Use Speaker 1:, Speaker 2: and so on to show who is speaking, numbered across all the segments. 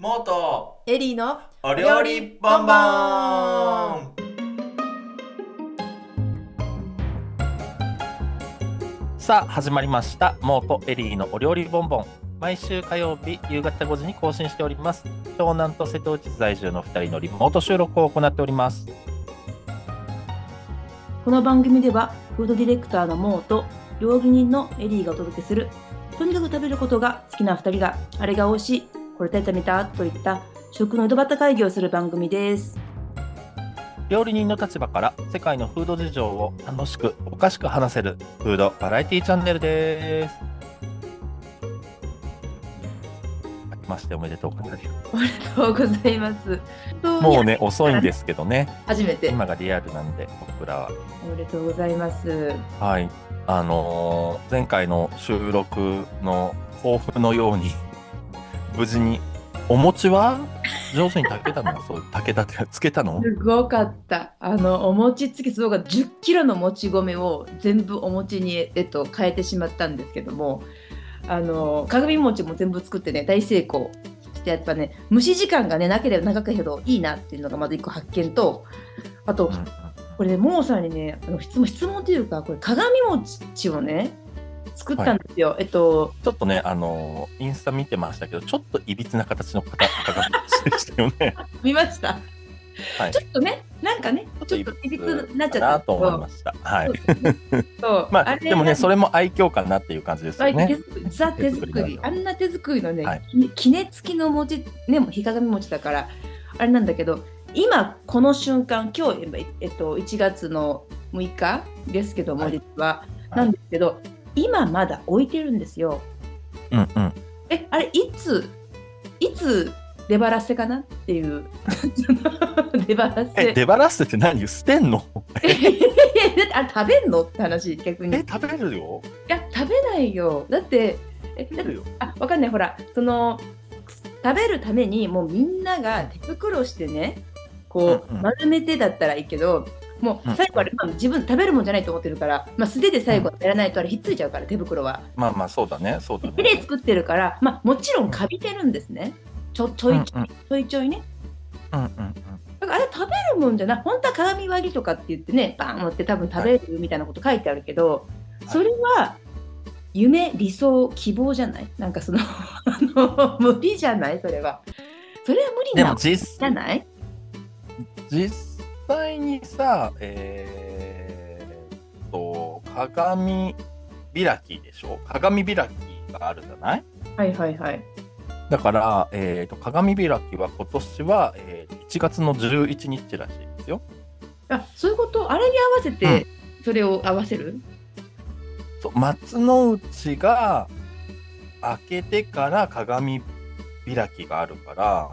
Speaker 1: 元
Speaker 2: エリーの
Speaker 1: お料理ボンボーン
Speaker 3: さあ始まりましたモーとエリーのお料理ボンボン毎週火曜日夕方5時に更新しております湘南と瀬戸内在住の2人のリモート収録を行っております
Speaker 4: この番組ではフードディレクターのモーと料理人のエリーがお届けするとにかく食べることが好きな2人があれが美味しいこれ食べてみたといった食の井戸端会議をする番組です
Speaker 3: 料理人の立場から世界のフード事情を楽しくおかしく話せるフードバラエティチャンネルです明けましておめでとうございます
Speaker 4: おめでとうございます
Speaker 3: もうね遅いんですけどね
Speaker 4: 初めて
Speaker 3: 今がリアルなんで僕らは
Speaker 4: おめでとうございます
Speaker 3: はい、あのー前回の収録の抱負のように 無事にお餅は上手に炊けた のそう炊けたってつけたの
Speaker 4: すごかったあのお餅つきそうが1 0キロのもち米を全部お餅に、えっと、変えてしまったんですけどもあの鏡餅も全部作ってね大成功してやっぱね蒸し時間がねなければ長くほどいいなっていうのがまず一個発見とあと
Speaker 3: うんうん
Speaker 4: これねももさんにねあの質問質問というかこれ鏡餅をね作ったんですよ、えっと
Speaker 3: ちょっとね、あのーインスタ見てましたけどちょっといびつな形の方方がでしたよね。
Speaker 4: 見ました、
Speaker 3: はい
Speaker 4: ちょっとねなんかね ちょっといびつになっちゃった
Speaker 3: なと思いました。はい。
Speaker 4: そう
Speaker 3: ま
Speaker 4: あ
Speaker 3: あ
Speaker 4: れ
Speaker 3: でもね
Speaker 4: なんか
Speaker 3: それも愛嬌かなっていう感じですよね。
Speaker 4: ザ手作りあんな手作りのね、
Speaker 3: はい
Speaker 4: ききね付きの餅ねもう日鏡餅だからあれなんだけど今この瞬間今日、ええっと、1月の6日ですけども、
Speaker 3: はい
Speaker 4: 実は、
Speaker 3: い
Speaker 4: なんですけど今まだ置いてるんですよ
Speaker 3: うんうん。
Speaker 4: えあれいついつ出ばらせかなっていう 出ばら
Speaker 3: え
Speaker 4: せ
Speaker 3: 出ばらせって何捨てんの？
Speaker 4: あれ食べんのって話逆にい
Speaker 3: え食べるよ。
Speaker 4: や食べないよだってえ
Speaker 3: 食
Speaker 4: だ
Speaker 3: べ
Speaker 4: っ
Speaker 3: るよ。
Speaker 4: あわかんないほらその食べるためにもうみんなが手袋してねこう、
Speaker 3: うんうん
Speaker 4: 丸めてだったらいいけども
Speaker 3: うんう
Speaker 4: うん最後あれ、まあ、自分食べるもんじゃないと思ってるから、まあ、素手で最後やらないとあれひっついちゃうから手袋は
Speaker 3: まあまあそうだねそうだ
Speaker 4: 手で
Speaker 3: ね。
Speaker 4: 作ってるから、まあ、もちろんかびてるんですねちょちょいちょ
Speaker 3: うん
Speaker 4: い、
Speaker 3: うん
Speaker 4: ちょいちょいね
Speaker 3: うんうんうん。
Speaker 4: だからあれ食べるもんじゃない本当は鏡割りとかって言ってねバーン割って多分食べるみたいなこと書いてあるけど、
Speaker 3: い
Speaker 4: それは夢理想希望じゃないなんかその あの無理じゃないそれはそれは無理
Speaker 3: で
Speaker 4: な
Speaker 3: も
Speaker 4: のじ
Speaker 3: 実
Speaker 4: ゃない
Speaker 3: 実際にさ、えー、と鏡開きでしょ鏡開きがあるじゃない
Speaker 4: はいはいはい
Speaker 3: だから、えー、と鏡開きは今年は、えー1月の11日らしいですよ。
Speaker 4: あそういうことあれに合わせてそれを合わせる、
Speaker 3: そう松の内が開けてから鏡開きがあるから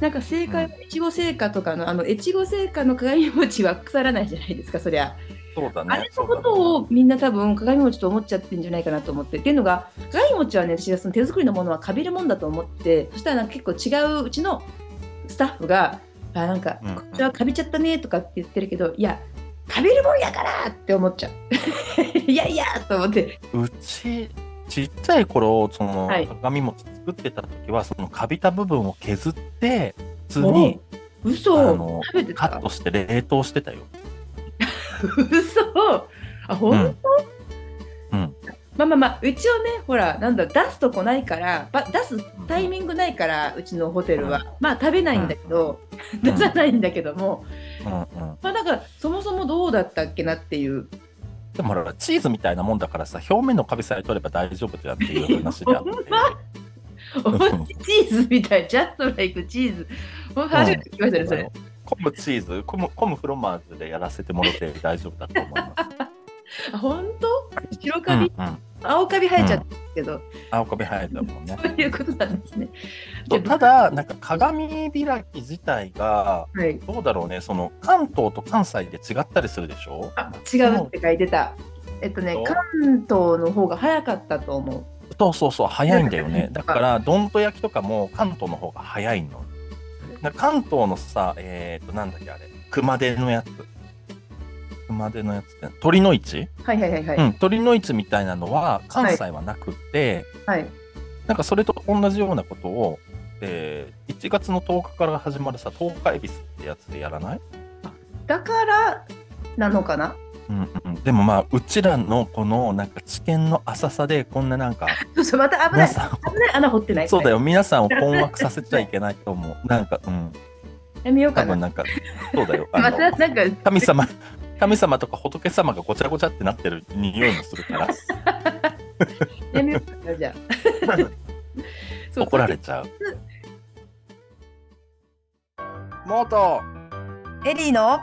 Speaker 4: なんか正解は越後製菓とかのあの越後製菓の鏡餅は腐らないじゃないですかそりゃ
Speaker 3: そうだね。
Speaker 4: あれの
Speaker 3: そうだ
Speaker 4: こ
Speaker 3: ね
Speaker 4: とをみんな多分鏡餅と思っちゃってんじゃないかなと思ってっていうのが鏡餅はね私はその手作りのものはかびるもんだと思ってそしたらなんか結構違ううちのスタッフが「あなんか
Speaker 3: うんうん
Speaker 4: こっちはかびちゃったね」とかって言ってるけどいやかびるもんやからって思っちゃう いやいやと思って
Speaker 3: うちちっちゃい頃その
Speaker 4: はい
Speaker 3: 鏡餅作ってた時はそのカビた部分を削って普通
Speaker 4: お
Speaker 3: に
Speaker 4: 嘘
Speaker 3: あの
Speaker 4: 食べて
Speaker 3: カッ
Speaker 4: た
Speaker 3: トして冷凍してたよ。
Speaker 4: 嘘あほん、
Speaker 3: うんうん
Speaker 4: まあまあまあうちをねほらなんだ出すとこないからば出すタイミングないからうちのホテルは、
Speaker 3: うん
Speaker 4: まあ食べないんだけど、
Speaker 3: うん
Speaker 4: 出さないんだけども、
Speaker 3: うんうん、
Speaker 4: まあだからそもそもどうだったっけなっていう
Speaker 3: でもほらチーズみたいなもんだからさ表面のカビさえ取れば大丈夫じゃんっていう話であって
Speaker 4: ほんまお餅チーズみたいジャストライクチーズほんと初めて聞きましたね、それ
Speaker 3: コムチーズコムコムフロマーズでやらせてもらって大丈夫だと思い ます。
Speaker 4: あ本当白
Speaker 3: うん
Speaker 4: カビ、
Speaker 3: うん、
Speaker 4: 青カビ生えちゃったんですけど、
Speaker 3: 青カビ生えたもんね
Speaker 4: そ。ういうことなんですね
Speaker 3: そう
Speaker 4: じゃ
Speaker 3: た
Speaker 4: あ
Speaker 3: だなんか鏡開き自体が
Speaker 4: はい
Speaker 3: どうだろうねその関東と関西で違ったりするでしょ
Speaker 4: あ違うって書いてたえっとね
Speaker 3: そう
Speaker 4: 関東の方が早かったと思う
Speaker 3: そうそうそう早いんだよ
Speaker 4: う
Speaker 3: ね
Speaker 4: ん
Speaker 3: だからどんと焼きとかも関東の方が早いのだから関東のさえっ、となんだっけあれ熊手のやつ熊手のやつって鳥の市、
Speaker 4: はいはいはいはい、
Speaker 3: うん鳥の市みたいなのは関西はなくって、
Speaker 4: はい
Speaker 3: なんかそれと同じようなことを、えー7月の10日から始まるさ10日恵比寿ってやつでやらない、
Speaker 4: だからなのかな
Speaker 3: うんうん、でもまあうちらのこのなんか知見の浅さでこんななんか
Speaker 4: そうそうまた危な
Speaker 3: 皆
Speaker 4: い
Speaker 3: さん
Speaker 4: 危ない穴掘ってない
Speaker 3: そうだよ皆さんを困惑させちゃいけないと思うなんかうん
Speaker 4: やめよう
Speaker 3: 多
Speaker 4: かな
Speaker 3: 分なんかそうだよあ
Speaker 4: ま
Speaker 3: の
Speaker 4: たなんか
Speaker 3: 神様神様とか仏様がごちゃごちゃってなってる匂いもするから
Speaker 4: やめようかなじゃあ そう
Speaker 3: 怒られちゃう。モート
Speaker 2: エリーの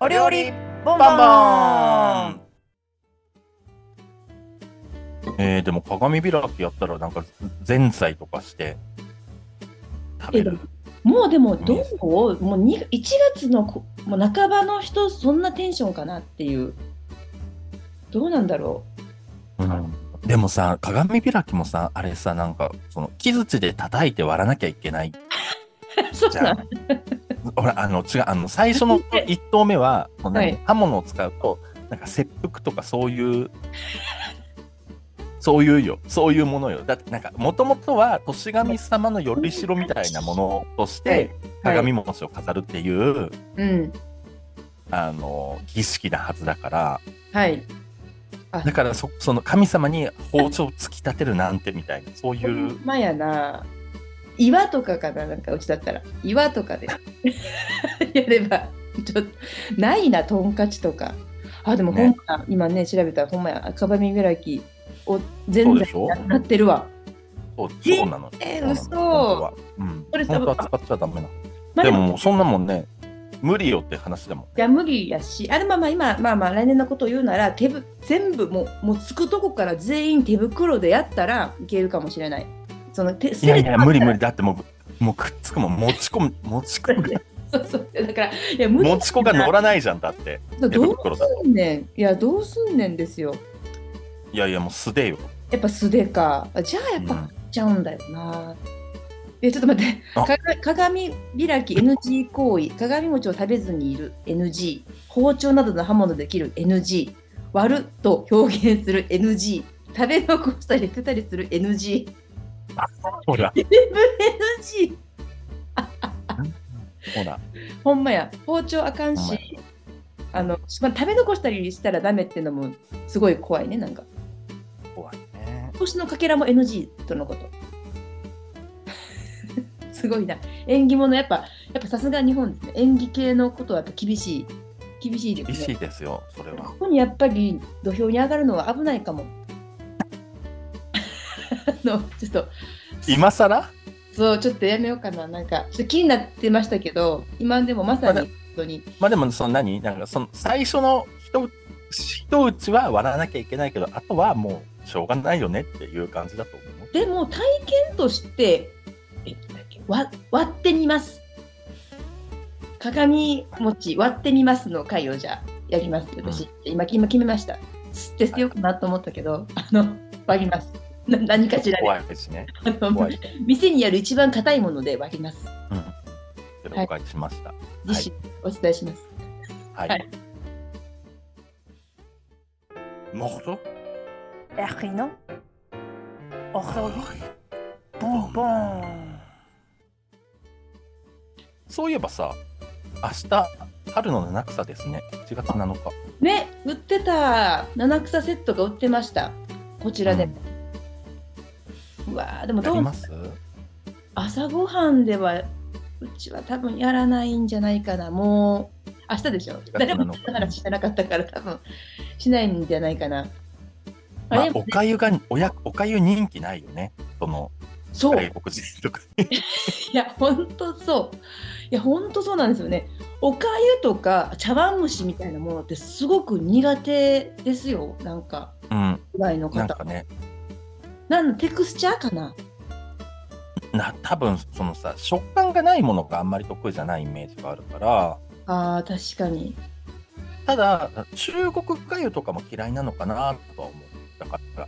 Speaker 2: お
Speaker 1: お
Speaker 2: 料
Speaker 1: 料
Speaker 2: 理
Speaker 1: 理
Speaker 2: ボン
Speaker 1: バ
Speaker 2: バ
Speaker 1: ンバ
Speaker 2: ン
Speaker 1: ン
Speaker 3: えー、でも鏡開きやったらなんか前菜とかして食べる。
Speaker 4: もうでもどうもうに1月のこもう半ばの人そんなテンションかなっていうどうなんだろ
Speaker 3: うんでもさ鏡開きもさあれさなんかその木槌で叩いて割らなきゃいけないう
Speaker 4: そう
Speaker 3: じ
Speaker 4: な
Speaker 3: ゃ
Speaker 4: ん
Speaker 3: ん。ほらあの違うあの最初 の一投目はこう何
Speaker 4: はい
Speaker 3: 刃物を使うとなんか切腹とかそういうそういうよそういうものよだってなんかもともとは年神様のよりしろみたいなものとして鏡餅を飾るっていう、
Speaker 4: うん
Speaker 3: あの儀式なはずだから
Speaker 4: はい
Speaker 3: だからそその神様に包丁を突き立てるなんてみたいなそういう
Speaker 4: まやな岩とかかななんかうちだったら岩とかで やればちょっとないなトンカチとかあでもほん
Speaker 3: ね
Speaker 4: まや、今ね調べたらほんまや赤羽開きを
Speaker 3: そう
Speaker 4: 全
Speaker 3: で
Speaker 4: 然
Speaker 3: しょ
Speaker 4: なってるわ
Speaker 3: そうそうなの
Speaker 4: え
Speaker 3: そうなの
Speaker 4: 嘘
Speaker 3: 本当はうん
Speaker 4: それさ
Speaker 3: 本当は使っちゃダメなの
Speaker 4: まあ
Speaker 3: でももうそんなもんね無理よって話だもん
Speaker 4: いや無理やしあれまあまあ今まあまあ来年のことを言うなら手ぶ全部もうもうつくとこから全員手袋でやったらいけるかもしれないその手
Speaker 3: いやいや無理無
Speaker 4: 理
Speaker 3: 理だってもうもうくっつくもん持ち込む持ち 込む
Speaker 4: そうそうだからいや無理
Speaker 3: 持ち込が乗らないじゃんだって
Speaker 4: そう
Speaker 3: 手
Speaker 4: どう
Speaker 3: 袋だと
Speaker 4: すんねんいやどうすんねんですよ
Speaker 3: いやいやもう素 手よ、
Speaker 4: やっぱ素手かあじゃあやっぱ買っちゃうんだよな、えちょっと待って
Speaker 3: あ
Speaker 4: かが鏡開き NG 行為鏡餅を食べずにいる NG 包丁などの刃物で切る NG 割ると表現する NG 食べ残したり捨てたりする NG
Speaker 3: ほら
Speaker 4: 全部 NG
Speaker 3: ほら
Speaker 4: ほんまや包丁あかん
Speaker 3: ほんまや
Speaker 4: しあの、まあ、食べ残したりしたらダメっていうのもすごい怖いねなんか
Speaker 3: 怖いね
Speaker 4: 星のかけらも NG とのこと すごいな縁起物やっぱやっぱさすが日本ですね縁起系のことはやっぱ厳しい厳しいで
Speaker 3: 厳
Speaker 4: す
Speaker 3: し
Speaker 4: ね
Speaker 3: いですよそれは
Speaker 4: ここにやっぱり土俵に上がるのは危ないかも あのちょっと
Speaker 3: 今更
Speaker 4: そうちょっとやめようかななんかちょっと気になってましたけど今でもまさ
Speaker 3: ま
Speaker 4: に
Speaker 3: だ
Speaker 4: 本当に
Speaker 3: まあでもその何なんかその最初の人人打ちは割らなきゃいけないけどあとはもうしょうがないよねっていう感じだと思う
Speaker 4: でも体験としてえなんだっけわ割ってみます鏡餅割ってみますの回をじゃあやります私、今今決めました吸って捨てようかなと思ったけど、あの割りますな何かしらで
Speaker 3: 怖いですね
Speaker 4: あの
Speaker 3: 怖い
Speaker 4: 店にある一番硬いもので割ります
Speaker 3: 了解しました
Speaker 4: 次週お伝えします、
Speaker 3: はい、
Speaker 4: はい
Speaker 1: もっと
Speaker 2: エリーのお料理ボンボン
Speaker 3: そういえばさ明日春の七草ですね1月7日
Speaker 4: ね売ってた七草セットが売ってましたこちらでも、うわーでも
Speaker 3: や
Speaker 4: どう
Speaker 3: り
Speaker 4: な
Speaker 3: ます
Speaker 4: 朝ごはんではうちは多分やらないんじゃないかなもう明日でしょ
Speaker 3: 月
Speaker 4: 誰も
Speaker 3: なのか
Speaker 4: 話してなかったから多分しないんじゃないかなあ
Speaker 3: まあ
Speaker 4: れ、も
Speaker 3: お
Speaker 4: ね
Speaker 3: かゆがおやおかゆ人気ないよねその
Speaker 4: そう
Speaker 3: 外
Speaker 4: い
Speaker 3: 国人とか
Speaker 4: や本当そういや本当そうなんですよねおかゆとか茶碗蒸しみたいなものってすごく苦手ですよなんか
Speaker 3: うん
Speaker 4: ぐらいの
Speaker 3: なん
Speaker 4: 方
Speaker 3: かね
Speaker 4: なんテクスチャーかな
Speaker 3: な多分そのさ食感がないものがあんまり得意じゃないイメージがあるから
Speaker 4: あー確かに
Speaker 3: ただ中国粥とかも嫌いなのかなとは思うだから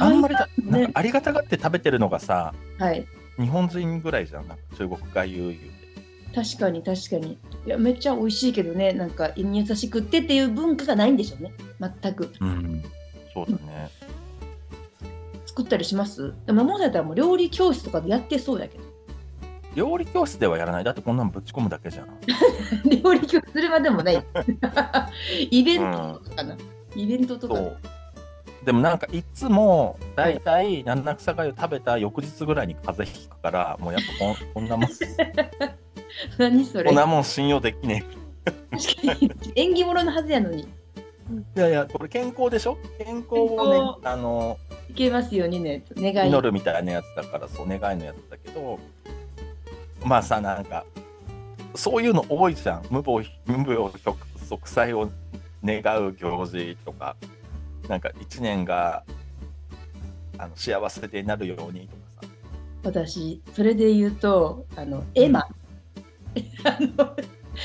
Speaker 3: あんまりだ、
Speaker 4: 大
Speaker 3: な
Speaker 4: 変
Speaker 3: ん
Speaker 4: ね
Speaker 3: かありがたがって食べてるのがさ
Speaker 4: はい
Speaker 3: 日本人ぐらいじゃんなんか中国粥言うて
Speaker 4: 確かに確かにいやめっちゃ美味しいけどねなんか胃に優しくってっていう文化がないんでしょうね全く
Speaker 3: うんそうだね
Speaker 4: 作ったりしますでももしかしたらもう料理教室とかでやってそうやけど
Speaker 3: 料理教室ではやらないだってこんなのぶち込むだけじゃん
Speaker 4: 料理教するまでもない イベントとかかな、イベントとか
Speaker 3: そうでもなんかいつもだいたい七草がゆ食べた翌日ぐらいに風邪ひくからもうやっ ぱこんこんなもん
Speaker 4: 何それ
Speaker 3: こんな
Speaker 4: 確
Speaker 3: もん信用できね
Speaker 4: かに 縁起物のはずやのに
Speaker 3: えいやいやこれ健康でしょ健康をねあの
Speaker 4: いけますようにね願い
Speaker 3: 祈るみたいなやつだからそう願いのやつだけどまあさなんかそういうの多いじゃん無病無病息災を願う行事とかなんか一年があの幸せでなるようにとかさ
Speaker 4: 私それで言うとあのエマ、 あの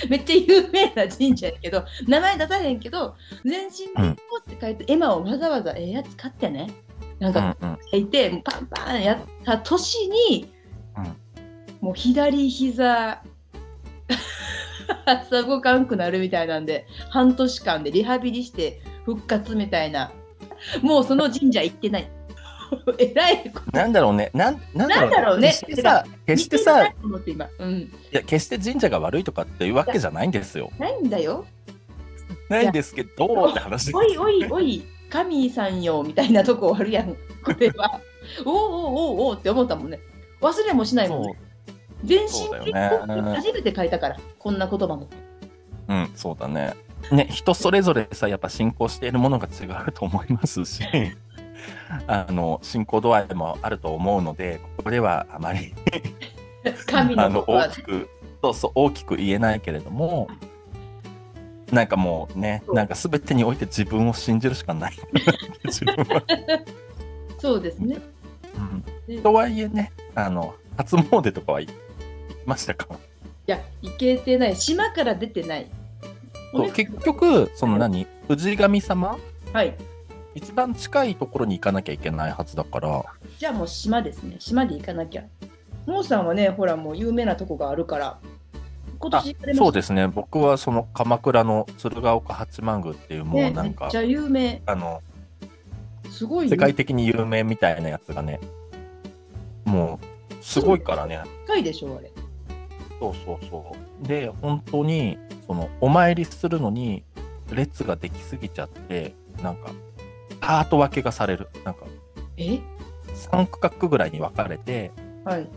Speaker 4: めっちゃ有名な神社やけど名前出されへんけど全身健康って書いて、エマをわざわざええやつ買ってねなんか
Speaker 3: うんうん
Speaker 4: 書いて、パンパンやった年に、
Speaker 3: うん
Speaker 4: もう左膝朝動かんくなるみたいなんで半年間でリハビリして復活みたいなもうその神社行ってない えらいこと
Speaker 3: なんだろうね、なん、なんだろうね。
Speaker 4: なんだろうね
Speaker 3: 決してさ、決して
Speaker 4: 見
Speaker 3: さ、
Speaker 4: てみたいと思って今、うん、
Speaker 3: いや、決して神社が悪いとかっていうわけじゃないんですよ。
Speaker 4: ないんだよ。
Speaker 3: ないんですけど、って話。
Speaker 4: おいおいおい、神さんよみたいなとこある やん。これは。おうおうおうおうって思ったもんね。忘れもしないもん、
Speaker 3: そう
Speaker 4: ね。、全身
Speaker 3: そうだよね
Speaker 4: 結婚初めて書いたから、こんな言葉 も。
Speaker 3: うん、そうだね。ね、人それぞれさ、やっぱ信仰しているものが違うと思います し。あの信仰度合いもあると思うので、ここではあまり、
Speaker 4: 神
Speaker 3: あ
Speaker 4: の
Speaker 3: の
Speaker 4: ことは
Speaker 3: 大きく。そうそう、大きく言えないけれども。なんかもうね、
Speaker 4: そう
Speaker 3: なんかすべてにおいて自分を信じるしか ない。自分は。
Speaker 4: そうですね。
Speaker 3: うんとはいえね、あの初詣とかは行きましたか
Speaker 4: いや、行けてない。島から出てない。
Speaker 3: そう結局、その何、藤神様、
Speaker 4: はい。
Speaker 3: 一番近いところに行かなきゃいけないはずだから、
Speaker 4: じゃあもう島ですね。島で行かなきゃ。モーさんはね、ほらもう有名なとこがあるから。今
Speaker 3: あ
Speaker 4: 年行かれま
Speaker 3: そう
Speaker 4: した
Speaker 3: ですね、僕はその鎌倉の鶴岡八幡宮っていう、もう
Speaker 4: ね。
Speaker 3: な
Speaker 4: めっ
Speaker 3: んか、
Speaker 4: ちゃ有名。
Speaker 3: あの
Speaker 4: すごい
Speaker 3: 世
Speaker 4: 有
Speaker 3: 界
Speaker 4: 名
Speaker 3: 的に有名みたいなやつがね、もうすごいからね、
Speaker 4: 深いでしょ、あれ。
Speaker 3: そうそうそう。で、本当に、その、お参りするのに、列ができすぎちゃって、なんか、パート分けがされる。なんか、
Speaker 4: え
Speaker 3: 3区画ぐらいに分かれて、
Speaker 4: はい。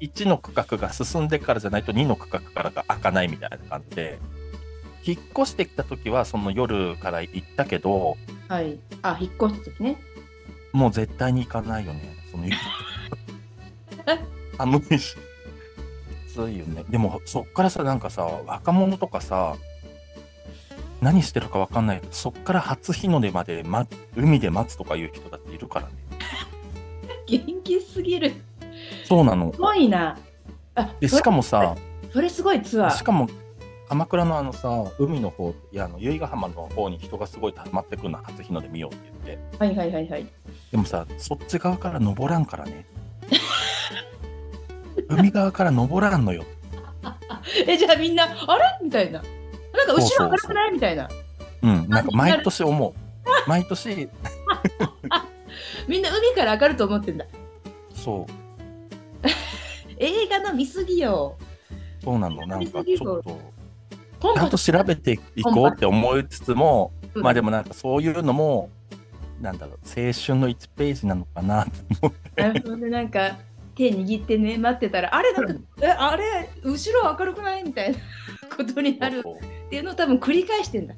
Speaker 3: 1の区画が進んでからじゃないと2の区画からが開かないみたいな感じで、引っ越してきた時は、その夜から行ったけど、
Speaker 4: はい。あ、引っ越した時ね。
Speaker 3: もう絶対に行かないよね。その 寒いし。きついよね。でもそっからさ、なんかさ、若者とかさ、何してるかわかんないけど、そっから初日の出まで、ま、海で待つとかいう人だっているからね。
Speaker 4: 元気すぎる。
Speaker 3: そうなの
Speaker 4: す。ごいな。あ、
Speaker 3: で、しかもさ、
Speaker 4: それそれすごいツア
Speaker 3: し
Speaker 4: ー。
Speaker 3: かも、鎌倉のあのさ、海の方、いや、あの、由比ヶ浜の方に人がすごい溜まってくるの、初日の出見ようって言って。
Speaker 4: はいはいはいはい。
Speaker 3: でもさ、そっち側から登らんから ね。海側から登らんのよ。
Speaker 4: え、じゃあみんな、あれみたいな。なんか
Speaker 3: そう
Speaker 4: 後
Speaker 3: そうそう
Speaker 4: ろ暗くないみたいな。
Speaker 3: うん、なんか毎年思う。毎年、
Speaker 4: みんな海から上がると思ってんだ。
Speaker 3: そう、
Speaker 4: 映画の見すぎよ。
Speaker 3: そうなの、なんかちょっと、
Speaker 4: コン
Speaker 3: ちゃ
Speaker 4: パ
Speaker 3: んと調べていこうって思いつつも、
Speaker 4: うん
Speaker 3: まあでもなんかそういうのも、なんだろう、青春の1ページなのかなって思う。
Speaker 4: なるほどねなんか手握ってね、待ってたら、あれなんか、え、あれ、後ろ明るくないみたいなことになるっていうのを多分繰り返してんだ。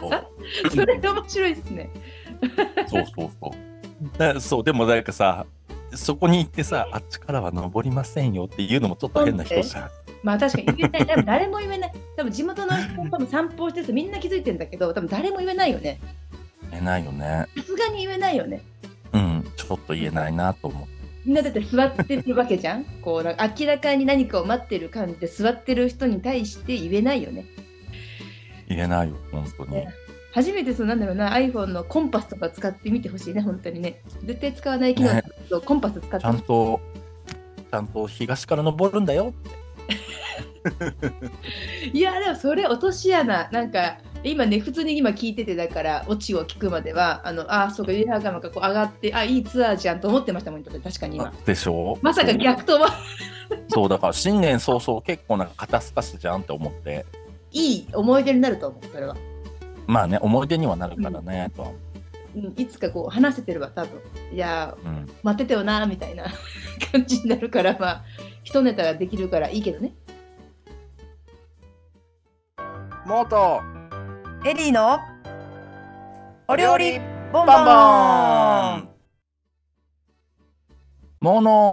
Speaker 3: そうそう
Speaker 4: それが面白いですね。
Speaker 3: そうそうそう。だそうでもなんかさそこに行ってさあっちからは登りませんよっていうのもちょっと変な人じゃん。
Speaker 4: まあ確かに言えない、多分誰も言えない、多分地元の人も多分散歩しててみんな気づいてんだけど、多分誰も言えないよね。
Speaker 3: 言えないよね。
Speaker 4: さすがに言えないよね。
Speaker 3: うんちょっと言えないなと思って。
Speaker 4: みんなだって座ってるわけじゃん。こうなんか明らかに何かを待ってる感じで座ってる人に対して言えないよね。
Speaker 3: 言えないよ本当に。
Speaker 4: 初めてそのなんだろうな iPhone のコンパスとか使ってみてほしいね、本当にね。絶対使わない機能だけど、コンパス使っ
Speaker 3: ち
Speaker 4: て
Speaker 3: ゃんとちゃんと東から登るんだよ。
Speaker 4: いやでもそれ落とし穴なんか今ね普通に今聞いててだからオチを聞くまではあのあーそうかゆりはがまがこう上がってあいいツアーじゃんと思ってましたもん確かに今
Speaker 3: でしょう
Speaker 4: まさか逆とは
Speaker 3: そうだから新年早々結構なんか肩透かしじゃんって思って
Speaker 4: いい思い出になると思うそれは、
Speaker 3: まあね思い出にはなるからね、とは思
Speaker 4: うん、いつかこう話せてれば多分いや
Speaker 3: う、うん
Speaker 4: ー、待っててよなーみたいな 感じになるからまあ一ネタができるからいいけどね
Speaker 1: 元
Speaker 2: エリーのお料理ボンボ
Speaker 1: バン
Speaker 2: ン
Speaker 1: バン
Speaker 3: もの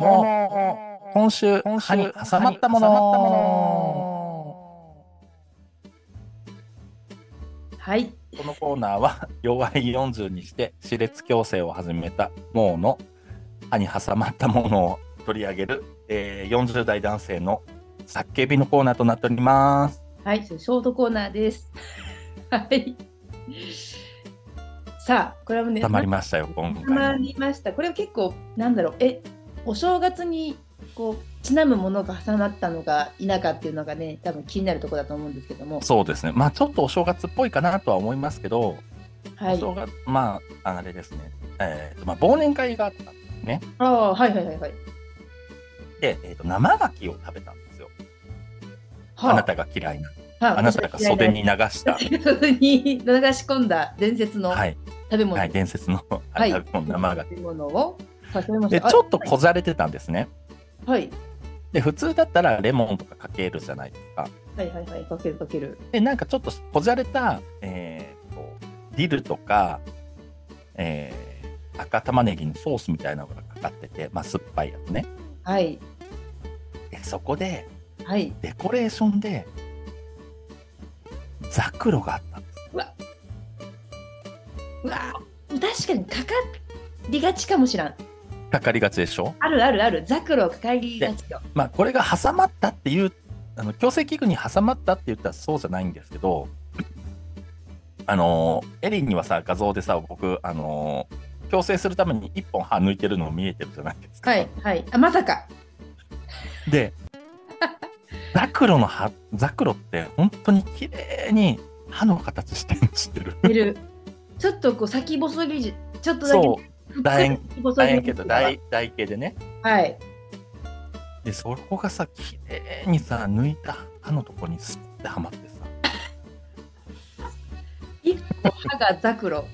Speaker 1: 今
Speaker 3: 今週
Speaker 1: 今週
Speaker 3: 歯に挟まったもの
Speaker 1: 挟まったも
Speaker 4: はい
Speaker 3: このコーナーは 弱い40にして歯列矯正を始めたもうの歯に挟まったものを取り上げる、えー40代男性の叫びのコーナーとなっております。
Speaker 4: はい、それショートコーナーです。 はい。さあ、これはね、
Speaker 3: たまりましたよ今
Speaker 4: たま
Speaker 3: 回も。
Speaker 4: りました。これは結構、なんだろう、え、お正月にこうちなむものが挟まったのか否かっていうのがね、多分気になるところだと思うんですけども、
Speaker 3: そうですねまあちょっとお正月っぽいかなとは思いますけど、
Speaker 4: はい
Speaker 3: お。正月まああれですね、えーとまあ、忘年会があったん
Speaker 4: ああ、はいはいはいはい。
Speaker 3: で、えーと生牡蠣を食べたんですよ。
Speaker 4: は
Speaker 3: あなたが嫌いな
Speaker 4: は
Speaker 3: あなたが袖に流。した、
Speaker 4: 私が嫌いな袖に流し込んだ伝説の
Speaker 3: はい
Speaker 4: 食べ物。
Speaker 3: はい、伝説 の、
Speaker 4: は
Speaker 3: はいい、食べ物生 牡蠣
Speaker 4: 食べ物を食べまし
Speaker 3: で
Speaker 4: た。
Speaker 3: ちょっとこざれてたんですね。
Speaker 4: あはい。
Speaker 3: で普通だったらレモンとかかけるじゃないですか。
Speaker 4: はいはいはい。かけるかける。
Speaker 3: でなんかちょっとこじゃれた、えーとディルとか、えー赤玉ねぎのソースみたいなのがかかってて、まあ、酸っぱいやつね。
Speaker 4: はい。
Speaker 3: でそこで
Speaker 4: はい。
Speaker 3: デコレーションでザクロがあったんです。
Speaker 4: うわ確かにかかりがちかもしらん
Speaker 3: かかりがちでしょ
Speaker 4: あるあるあるザクロかかりがちよ
Speaker 3: まあこれが挟まったっていうあの矯正器具に挟まったって言ったらそうじゃないんですけどあのーエリンにはさ画像でさ僕あのー矯正するために1本歯抜いてるの見えてるじゃないですか。
Speaker 4: はいはいあまさか
Speaker 3: でザクロの歯ザクロって本当に綺麗に歯の形してるの知ってる
Speaker 4: いる ちょっとこう先細りじちょっとだけ
Speaker 3: そう楕 円
Speaker 4: 先細
Speaker 3: 楕
Speaker 4: り
Speaker 3: 円形と台台形でね
Speaker 4: はい
Speaker 3: でそこがさ綺麗にさ抜いた歯のとこにスッてはまってさ
Speaker 4: 一個歯がザクロ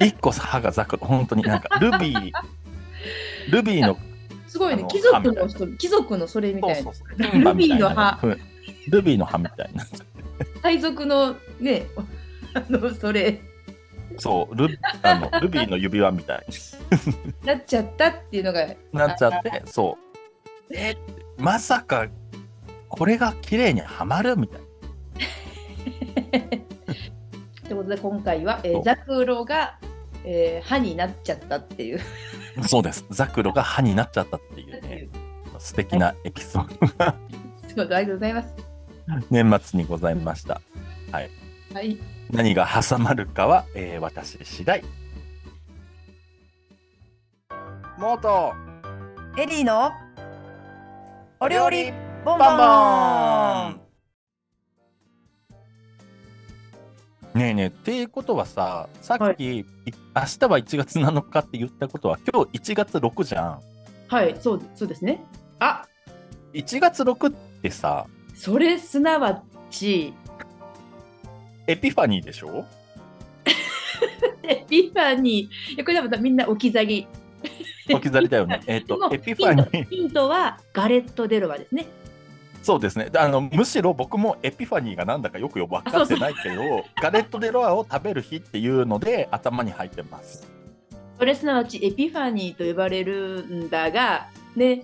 Speaker 3: 一個さ歯がザクロ本当になんかルビールビーの
Speaker 4: すごい
Speaker 3: あ
Speaker 4: ね
Speaker 3: の
Speaker 4: 貴族
Speaker 3: 歯みたいな
Speaker 4: の人貴族のそれみたいな
Speaker 3: そうそうそうルビーの歯
Speaker 4: ル
Speaker 3: ルビーの歯みたいな
Speaker 4: 海賊のね あのそれ
Speaker 3: そうルあのルビーの指輪みたい
Speaker 4: なっちゃったっていうのが
Speaker 3: になっちゃってそうえまさかこれが綺麗にはまるみたいな
Speaker 4: ってことで今回は、えー
Speaker 3: そう
Speaker 4: ザクロが、えー歯になっちゃったっていう
Speaker 3: そうですザクロが歯になっちゃったっていう ね素敵なエピソード
Speaker 4: すごいありがとうございます
Speaker 3: 年末にございました
Speaker 4: はい
Speaker 3: 何が挟まるかは、えー私次第
Speaker 1: 元
Speaker 2: エリーのお
Speaker 1: お
Speaker 2: 料
Speaker 1: 料
Speaker 2: 理
Speaker 1: 理
Speaker 2: ボン
Speaker 1: バン
Speaker 2: ボ
Speaker 1: バ
Speaker 2: ン
Speaker 1: ン
Speaker 3: ねえねえっていうことはささっき、
Speaker 4: はい
Speaker 3: い明日は1月7日って言ったことは今日1月6じゃん
Speaker 4: はい、そうそうですね。あ
Speaker 3: 1月6ってさ
Speaker 4: それすなわち、
Speaker 3: エピファニーでしょ
Speaker 4: エピファニー、いやこれ多分みんな置き去り。
Speaker 3: 置き去りだ よねえっと
Speaker 4: でも
Speaker 3: エピファニー
Speaker 4: ヒントはガレット・デ・ロワですね。
Speaker 3: そうですねあのむしろ僕もエピファニーがなんだかよく分かってないけど ガレット・デ・ロアを食べる日っていうので頭に入ってます
Speaker 4: それすなわちエピファニーと呼ばれるんだが、ね。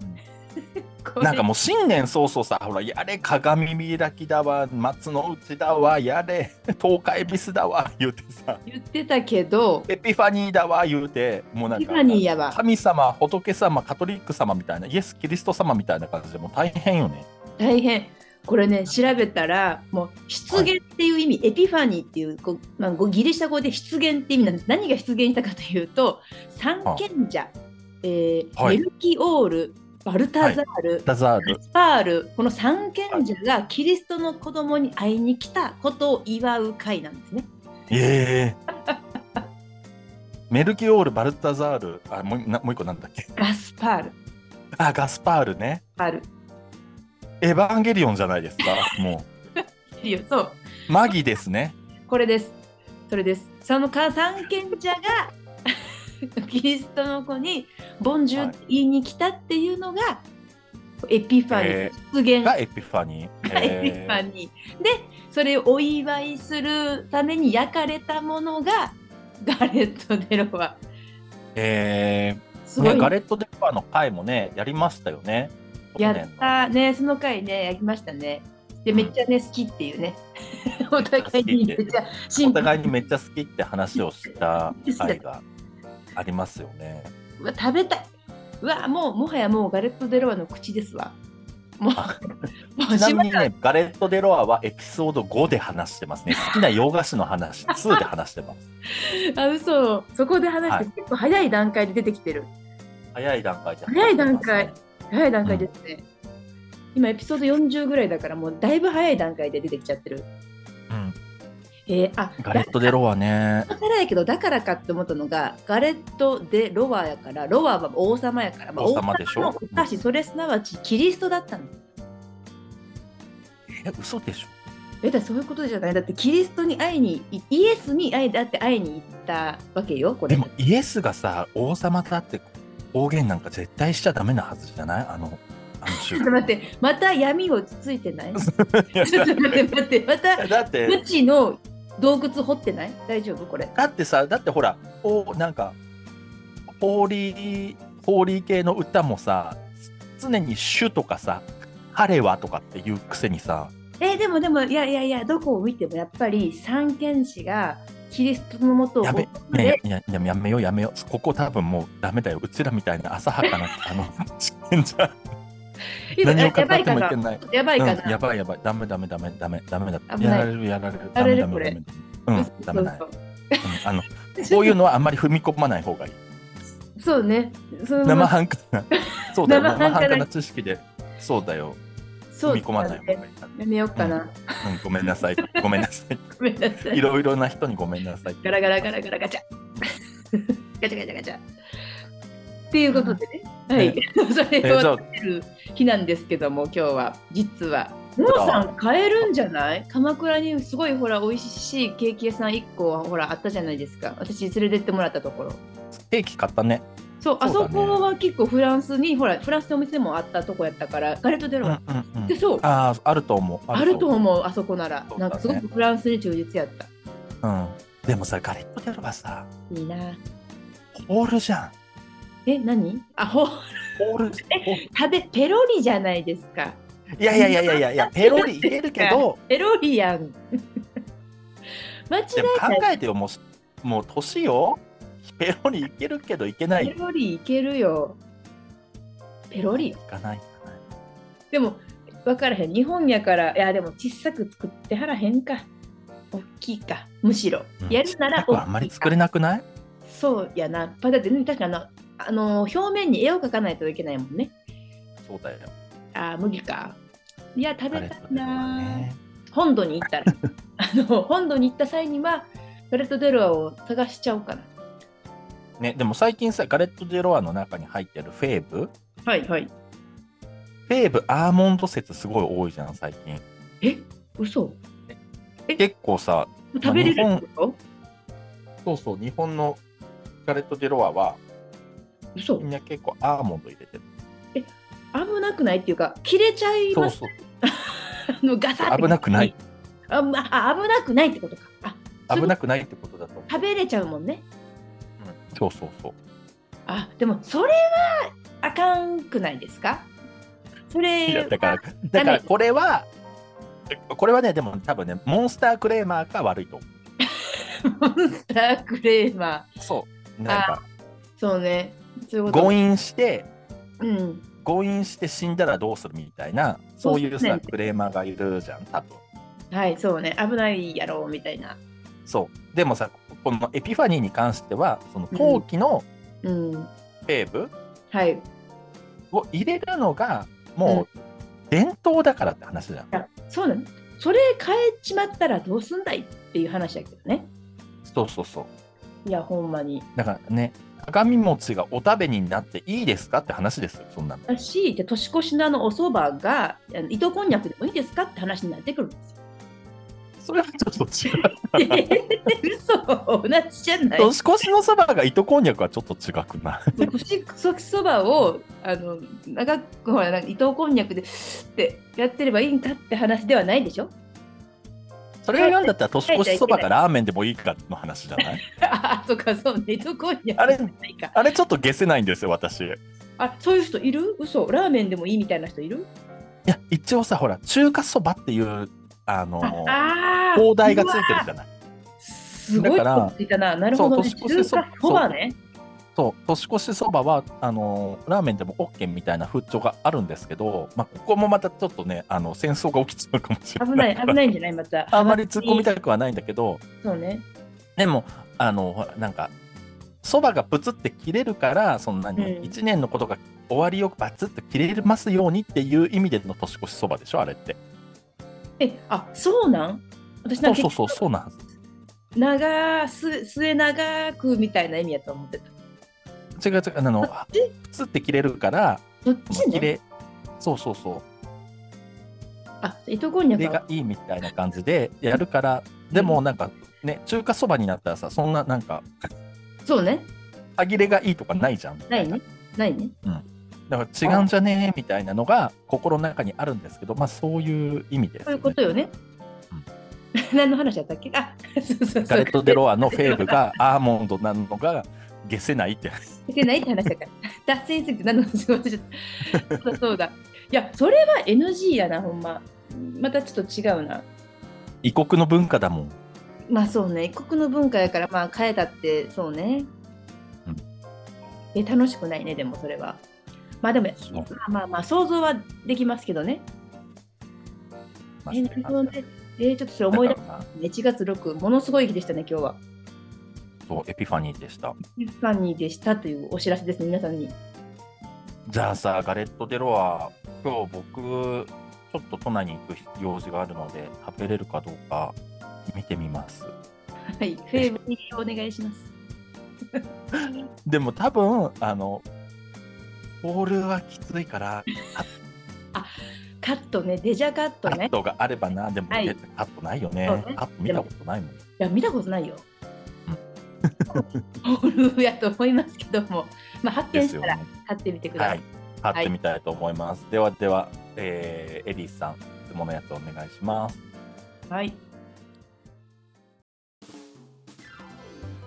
Speaker 4: これ
Speaker 3: なんかもう新年早々さほらやれ鏡開きだわ松の内だわやれ 東海ビスだわ言うてさ
Speaker 4: 言ってたけど、
Speaker 3: エピファニーだわ言うてもうな
Speaker 4: エ
Speaker 3: ん
Speaker 4: ピ
Speaker 3: か
Speaker 4: ファニーやば。
Speaker 3: 神様仏様カトリック様みたいなイエス・キリスト様みたいな感じでもう大変よね
Speaker 4: 大変。これね、調べたら、もう出現っていう意味、エピファニーっていうこう、まあ、こうギリシャ語で出現って意味なんです。何が出現したかというと、三賢者、えー
Speaker 3: はい
Speaker 4: メルキオール、バルタザール、
Speaker 3: ダザール
Speaker 4: スパールこの三賢者がキリストの子供に会いに来たことを祝う会なんですね。
Speaker 3: ええメルキオール、バルタザール、あもうなもう一個なんだっけ。
Speaker 4: ガスパール。
Speaker 3: あ、ガスパールね。
Speaker 4: パール。
Speaker 3: エヴァンゲリオンじゃないですか。も
Speaker 4: いいよそう。
Speaker 3: う。マギです ね。
Speaker 4: これです。それです。そのか三賢者が キリストの子にボンジュールって言いに来たっていうのが、エピファニー
Speaker 3: え
Speaker 4: 出現、
Speaker 3: がエピファニー。
Speaker 4: エピファ
Speaker 3: ー
Speaker 4: ニー。でそれをお祝いするために焼かれたものがガレット・デロワ。
Speaker 3: え
Speaker 4: す
Speaker 3: ー
Speaker 4: ごい
Speaker 3: ね、ガレット・デパーの回もね、やりましたよね。
Speaker 4: や
Speaker 3: 去
Speaker 4: っ
Speaker 3: 年の
Speaker 4: たね、その回ね、やりましたね。で、めっちゃね、好きっ ていうね。お互いにめっちゃシ
Speaker 3: お
Speaker 4: ンプル
Speaker 3: 互いにめっちゃ好きって話をした回がありますよね。
Speaker 4: うわ食べたい。うわ、もう、もはやもうガレット・デロワの口ですわ。もう、もう
Speaker 3: ちな
Speaker 4: しま
Speaker 3: みにね、ガレット・デロアはエピソード5で話して ますね。好きな洋菓子の話、2で話してます。
Speaker 4: あ、嘘。そこで話して、結構早い段階で出てきてる。
Speaker 3: 早い段階で話してますね、
Speaker 4: 早い段階早い段階ですね。今、エピソード40ぐらいだから、もうだいぶ早い段階で出てきちゃってる。
Speaker 3: うん。
Speaker 4: えー、あ、
Speaker 3: ガレット・デロアね。
Speaker 4: だからやけどだからかって思ったのがガレット・デ・ロワやからロワは王様やから、
Speaker 3: 王様でしょ
Speaker 4: 王様のお菓子それすなわちキリストだったの
Speaker 3: え、嘘でしょ
Speaker 4: えだってそういうことじゃないだってキリストに会いにいイエスに会いだって会いに行ったわけよこ
Speaker 3: で
Speaker 4: れ
Speaker 3: もイエスがさ、王様だって方言なんか絶対しちゃダメなはずじゃないあの、あの
Speaker 4: ちょ
Speaker 3: 瞬
Speaker 4: っ
Speaker 3: 間。
Speaker 4: と 待ってまた闇をつついてない ちょっと待って待ってまた
Speaker 3: だ っ
Speaker 4: 無
Speaker 3: て、
Speaker 4: 知の洞窟掘ってない大丈夫これ
Speaker 3: だってさ、だってほら、おなんか、ホーリー、ホーリー系の歌もさ、常に主とかさ、彼はとかっていうくせにさ、
Speaker 4: えでもでもいやいやいやどこを見てもやっぱり三剣士がキリストのもとを
Speaker 3: やべ
Speaker 4: 訪れ
Speaker 3: ね、やややめようやめようここ多分もうダメだようちらみたいな浅はかなあ の知見じゃ
Speaker 4: 今
Speaker 3: 何を語って
Speaker 4: やば
Speaker 3: も
Speaker 4: いか
Speaker 3: い
Speaker 4: な
Speaker 3: けない
Speaker 4: やばいか
Speaker 3: うん
Speaker 4: な
Speaker 3: やばいやばいダメダメダメダメダメだ
Speaker 4: 危
Speaker 3: や
Speaker 4: ない
Speaker 3: られるやられる
Speaker 4: やられる
Speaker 3: ダメダメダメダメダメうんダメだよ、うん あの
Speaker 4: そ
Speaker 3: こういうのはあんまり踏み込まない方がいい
Speaker 4: そうね。そのま
Speaker 3: 生
Speaker 4: ま
Speaker 3: 半可なそうだよ
Speaker 4: 生半可な
Speaker 3: 生半可な知識でそうだよ
Speaker 4: そ
Speaker 3: 踏
Speaker 4: う
Speaker 3: み込まない方がいい、
Speaker 4: やめようかな。
Speaker 3: うん、ごめんなさいごめんなさ い
Speaker 4: ごめんなさ
Speaker 3: い
Speaker 4: い。
Speaker 3: ろいろな人にごめんなさい
Speaker 4: ガラガラガラガラガチャ。ガチャガチャガチャ。っていうことでね。はい。 そ
Speaker 3: え
Speaker 4: れを
Speaker 3: ーじゃあ
Speaker 4: 食べる日なんですけども、今日は実は。もうさん買えるんじゃない鎌倉にすごいほら美味しいケーキ屋さん1個はほらあったじゃないですか私連れてってもらったところ
Speaker 3: ケーキ買ったね
Speaker 4: そうあ
Speaker 3: そうだ
Speaker 4: そ
Speaker 3: ね
Speaker 4: こは結構フランスにほらフランスのお店もあったとこやったからガレット・デ
Speaker 3: う
Speaker 4: ロ
Speaker 3: んうん
Speaker 4: ワ
Speaker 3: うん
Speaker 4: でそう
Speaker 3: あーあると思う
Speaker 4: あると
Speaker 3: う
Speaker 4: 思うあそこなら、
Speaker 3: そうだね
Speaker 4: なんかすごくフランスに忠実やった
Speaker 3: うん、でもさガレット・デロはさ
Speaker 4: いいな
Speaker 3: ホールじゃん
Speaker 4: え何あほ
Speaker 3: ホールホール
Speaker 4: 食べペロリじゃないですか
Speaker 3: いやいやいやいやいやいやペロリいけるけ ど
Speaker 4: ペロリや ん間違
Speaker 3: でも考
Speaker 4: えた
Speaker 3: えてよもうもう年よペロリいけるけどいけない
Speaker 4: ペロリいけるよペロリ
Speaker 3: いかないいかない
Speaker 4: でも分からへん日本やからいやでも小さく作ってはらへんか大きいかむしろ、
Speaker 3: うん
Speaker 4: やる
Speaker 3: な
Speaker 4: な
Speaker 3: んか
Speaker 4: ら大きいか
Speaker 3: あんまり作れなくない
Speaker 4: そうやなやっぱだってね確かにあのあの表面に絵を描かないといけないもんね
Speaker 3: そうだよ
Speaker 4: あー麦かいや食
Speaker 3: ガ
Speaker 4: べ
Speaker 3: レ
Speaker 4: た
Speaker 3: ッ
Speaker 4: い
Speaker 3: ト・デロは
Speaker 4: な、
Speaker 3: ね
Speaker 4: 本土に行ったらあの本土に行った際にはガレット・デロアを探しちゃおうかな
Speaker 3: ねでも最近さガレット・デロワの中に入ってるフェーブ
Speaker 4: はいはい
Speaker 3: フェーブアーモンド説すごい多いじゃん最近
Speaker 4: え嘘え
Speaker 3: 結構さ
Speaker 4: 食べれるってこ
Speaker 3: そ
Speaker 4: と
Speaker 3: うそう日本のガレット・デロワは
Speaker 4: 嘘
Speaker 3: みんな結構アーモンド入れてる
Speaker 4: 危なくないっていうか切れちゃい
Speaker 3: そ
Speaker 4: ま
Speaker 3: う
Speaker 4: す
Speaker 3: そう
Speaker 4: あのガサッて
Speaker 3: 危なくない
Speaker 4: あまあ危なくないってことかあ
Speaker 3: 危なくないってことだと思う
Speaker 4: 食べれちゃうもんね
Speaker 3: うんそうそうそう
Speaker 4: あでもそれはあかんくないですかそ
Speaker 3: いや
Speaker 4: れ
Speaker 3: だから
Speaker 4: は
Speaker 3: だからこれはこれはねでも多分ねモンスタークレーマーが悪いと思
Speaker 4: モンスタークレーマ
Speaker 3: うそうなんか
Speaker 4: ーそうねそういうこと
Speaker 3: 誤飲して
Speaker 4: うん
Speaker 3: 誤飲して死んだらどうするみたいなそういう
Speaker 4: そう
Speaker 3: さ
Speaker 4: ね
Speaker 3: クレーマーがいるじゃん多分
Speaker 4: はいそうね危ないやろうみたいな
Speaker 3: そうでもさこのエピファニーに関してはその陶器の
Speaker 4: うん
Speaker 3: フェーブ
Speaker 4: はい
Speaker 3: を入れるのがもう伝統だからって話じゃん、
Speaker 4: いやそうなのそれ変えちまったらどうすんだいっていう話だけどね
Speaker 3: そうそうそう
Speaker 4: いやほんまに
Speaker 3: だからね鏡餅がお食べになっていいですかって話ですよそんなの
Speaker 4: だしで年越しのあのお蕎麦があの糸こんにゃくでもいいですかって話になってくるんです よ。
Speaker 3: それはちょっと違う
Speaker 4: 嘘同じじゃない
Speaker 3: 年越しのそばが糸こんにゃくはちょっと違くない
Speaker 4: 年越しそばをあの長くほらなんか糸こんにゃくでってやってればいいんだって話ではないでしょ
Speaker 3: それを言うんだったら年越しそばかラーメンでもいいかの話じゃない
Speaker 4: あそうかそうね糸こんにゃく
Speaker 3: あれ
Speaker 4: じゃないか
Speaker 3: あれちょっと下せないんですよ私い
Speaker 4: あそういう人いる嘘ラーメンでもいいみたいな人いる
Speaker 3: や一応さほら中華そばっていうあの
Speaker 4: ああー
Speaker 3: 砲台がついてるじゃない
Speaker 4: すごい
Speaker 3: だから
Speaker 4: ことついたななるほど、ね、
Speaker 3: そう年越
Speaker 4: 中
Speaker 3: しそば
Speaker 4: 華そばね
Speaker 3: そう年越しそばはあのーラーメンでも OK みたいな風潮があるんですけど、まあ、ここもまたちょっとねあの戦争が起きちゃうかもしれ
Speaker 4: 危
Speaker 3: な
Speaker 4: ないい危ないんじゃないまた
Speaker 3: あんまり突っ込みたくはないんだけど
Speaker 4: そうね
Speaker 3: でもあのほらなんかそばがプツって切れるからそんなに
Speaker 4: うん
Speaker 3: 1年のことが終わりよくバツッと切れますようにっていう意味での年越しそばでしょあれって
Speaker 4: えあそうなん私な
Speaker 3: そ
Speaker 4: ん
Speaker 3: うそ
Speaker 4: か
Speaker 3: うそうそうなんです
Speaker 4: 長す末長くみたいな意味やと思ってた
Speaker 3: 違う違うあの
Speaker 4: こっち
Speaker 3: プツって切れるから
Speaker 4: どっ
Speaker 3: そ
Speaker 4: ち
Speaker 3: の切
Speaker 4: ね
Speaker 3: れそうそうそう
Speaker 4: あ糸こんにゃ
Speaker 3: それ
Speaker 4: くは
Speaker 3: がいいみたいな感じでやるから、でもなんかね、中華そばになったらさ、そんななんか、
Speaker 4: そうね
Speaker 3: 歯切れがいいとかないじゃん。
Speaker 4: ないねないね
Speaker 3: だから違うんじゃねえみたいなのが心の中にあるんですけど、まあそういう意味です、
Speaker 4: そう
Speaker 3: ね。
Speaker 4: いうことよね。何の話だったっけあそうそう
Speaker 3: ガ
Speaker 4: そ
Speaker 3: レ
Speaker 4: う。
Speaker 3: ット・デ・ロアのフェーブがアーモンドなのが下せないって。
Speaker 4: いけないって話 だから。脱線すぎて何の話か忘れちゃった。そうだそうだ。いや、それは NG やな、ほんま。またちょっと違うな。
Speaker 3: 異国の文化だもん。
Speaker 4: まあそうね、異国の文化やから、まあ変えたって、そうね
Speaker 3: うん。
Speaker 4: え、楽しくないね、でもそれは。まあでも、
Speaker 3: そう
Speaker 4: まあまあまあ、想像はできますけどね。
Speaker 3: まあ
Speaker 4: え、なるほどね。えーちょっとそれ思い出
Speaker 3: だからな
Speaker 4: す。1月6、ものすごい日でしたね、今日は。
Speaker 3: そう、エピファニーでした。
Speaker 4: エピファニーでしたというお知らせですね、皆さんに。
Speaker 3: じゃあさ、ガレット・デ・ロア、今日僕、ちょっと都内に行く用事があるので、食べれるかどうか見てみます。
Speaker 4: はい、フェーブにお願いします。
Speaker 3: でも多分あのボールはきついから
Speaker 4: カットね、デジャカット
Speaker 3: カ
Speaker 4: ね
Speaker 3: ッ。トがあればなでも、
Speaker 4: はい
Speaker 3: カットないよね
Speaker 4: そうね
Speaker 3: カット見たことないもん
Speaker 4: いや、見たことないよ。 ホールやと思いますけども、まあ、発
Speaker 3: で
Speaker 4: 見
Speaker 3: す
Speaker 4: し
Speaker 3: よ
Speaker 4: たら
Speaker 3: ね
Speaker 4: 買ってみてくだ
Speaker 3: は
Speaker 4: さい。
Speaker 3: い買ってみたいと思います、ではでは、えーエリスさんいつものやつお願いします
Speaker 4: はい、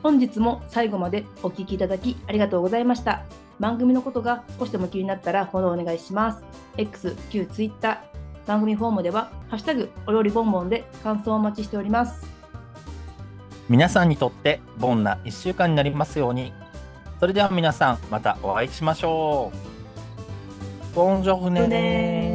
Speaker 4: 本日も最後までお聞きいただきありがとうございました。番組のことが少しでも気になったらフォローお願いします。X、旧 Twitter、番組フォームでは、ハッシュタグお料理ボンボンで感想をお待ちしております。
Speaker 3: 皆さんにとってボンな1週間になりますようにそれでは皆さんまたお会いしましょうボンジョフネー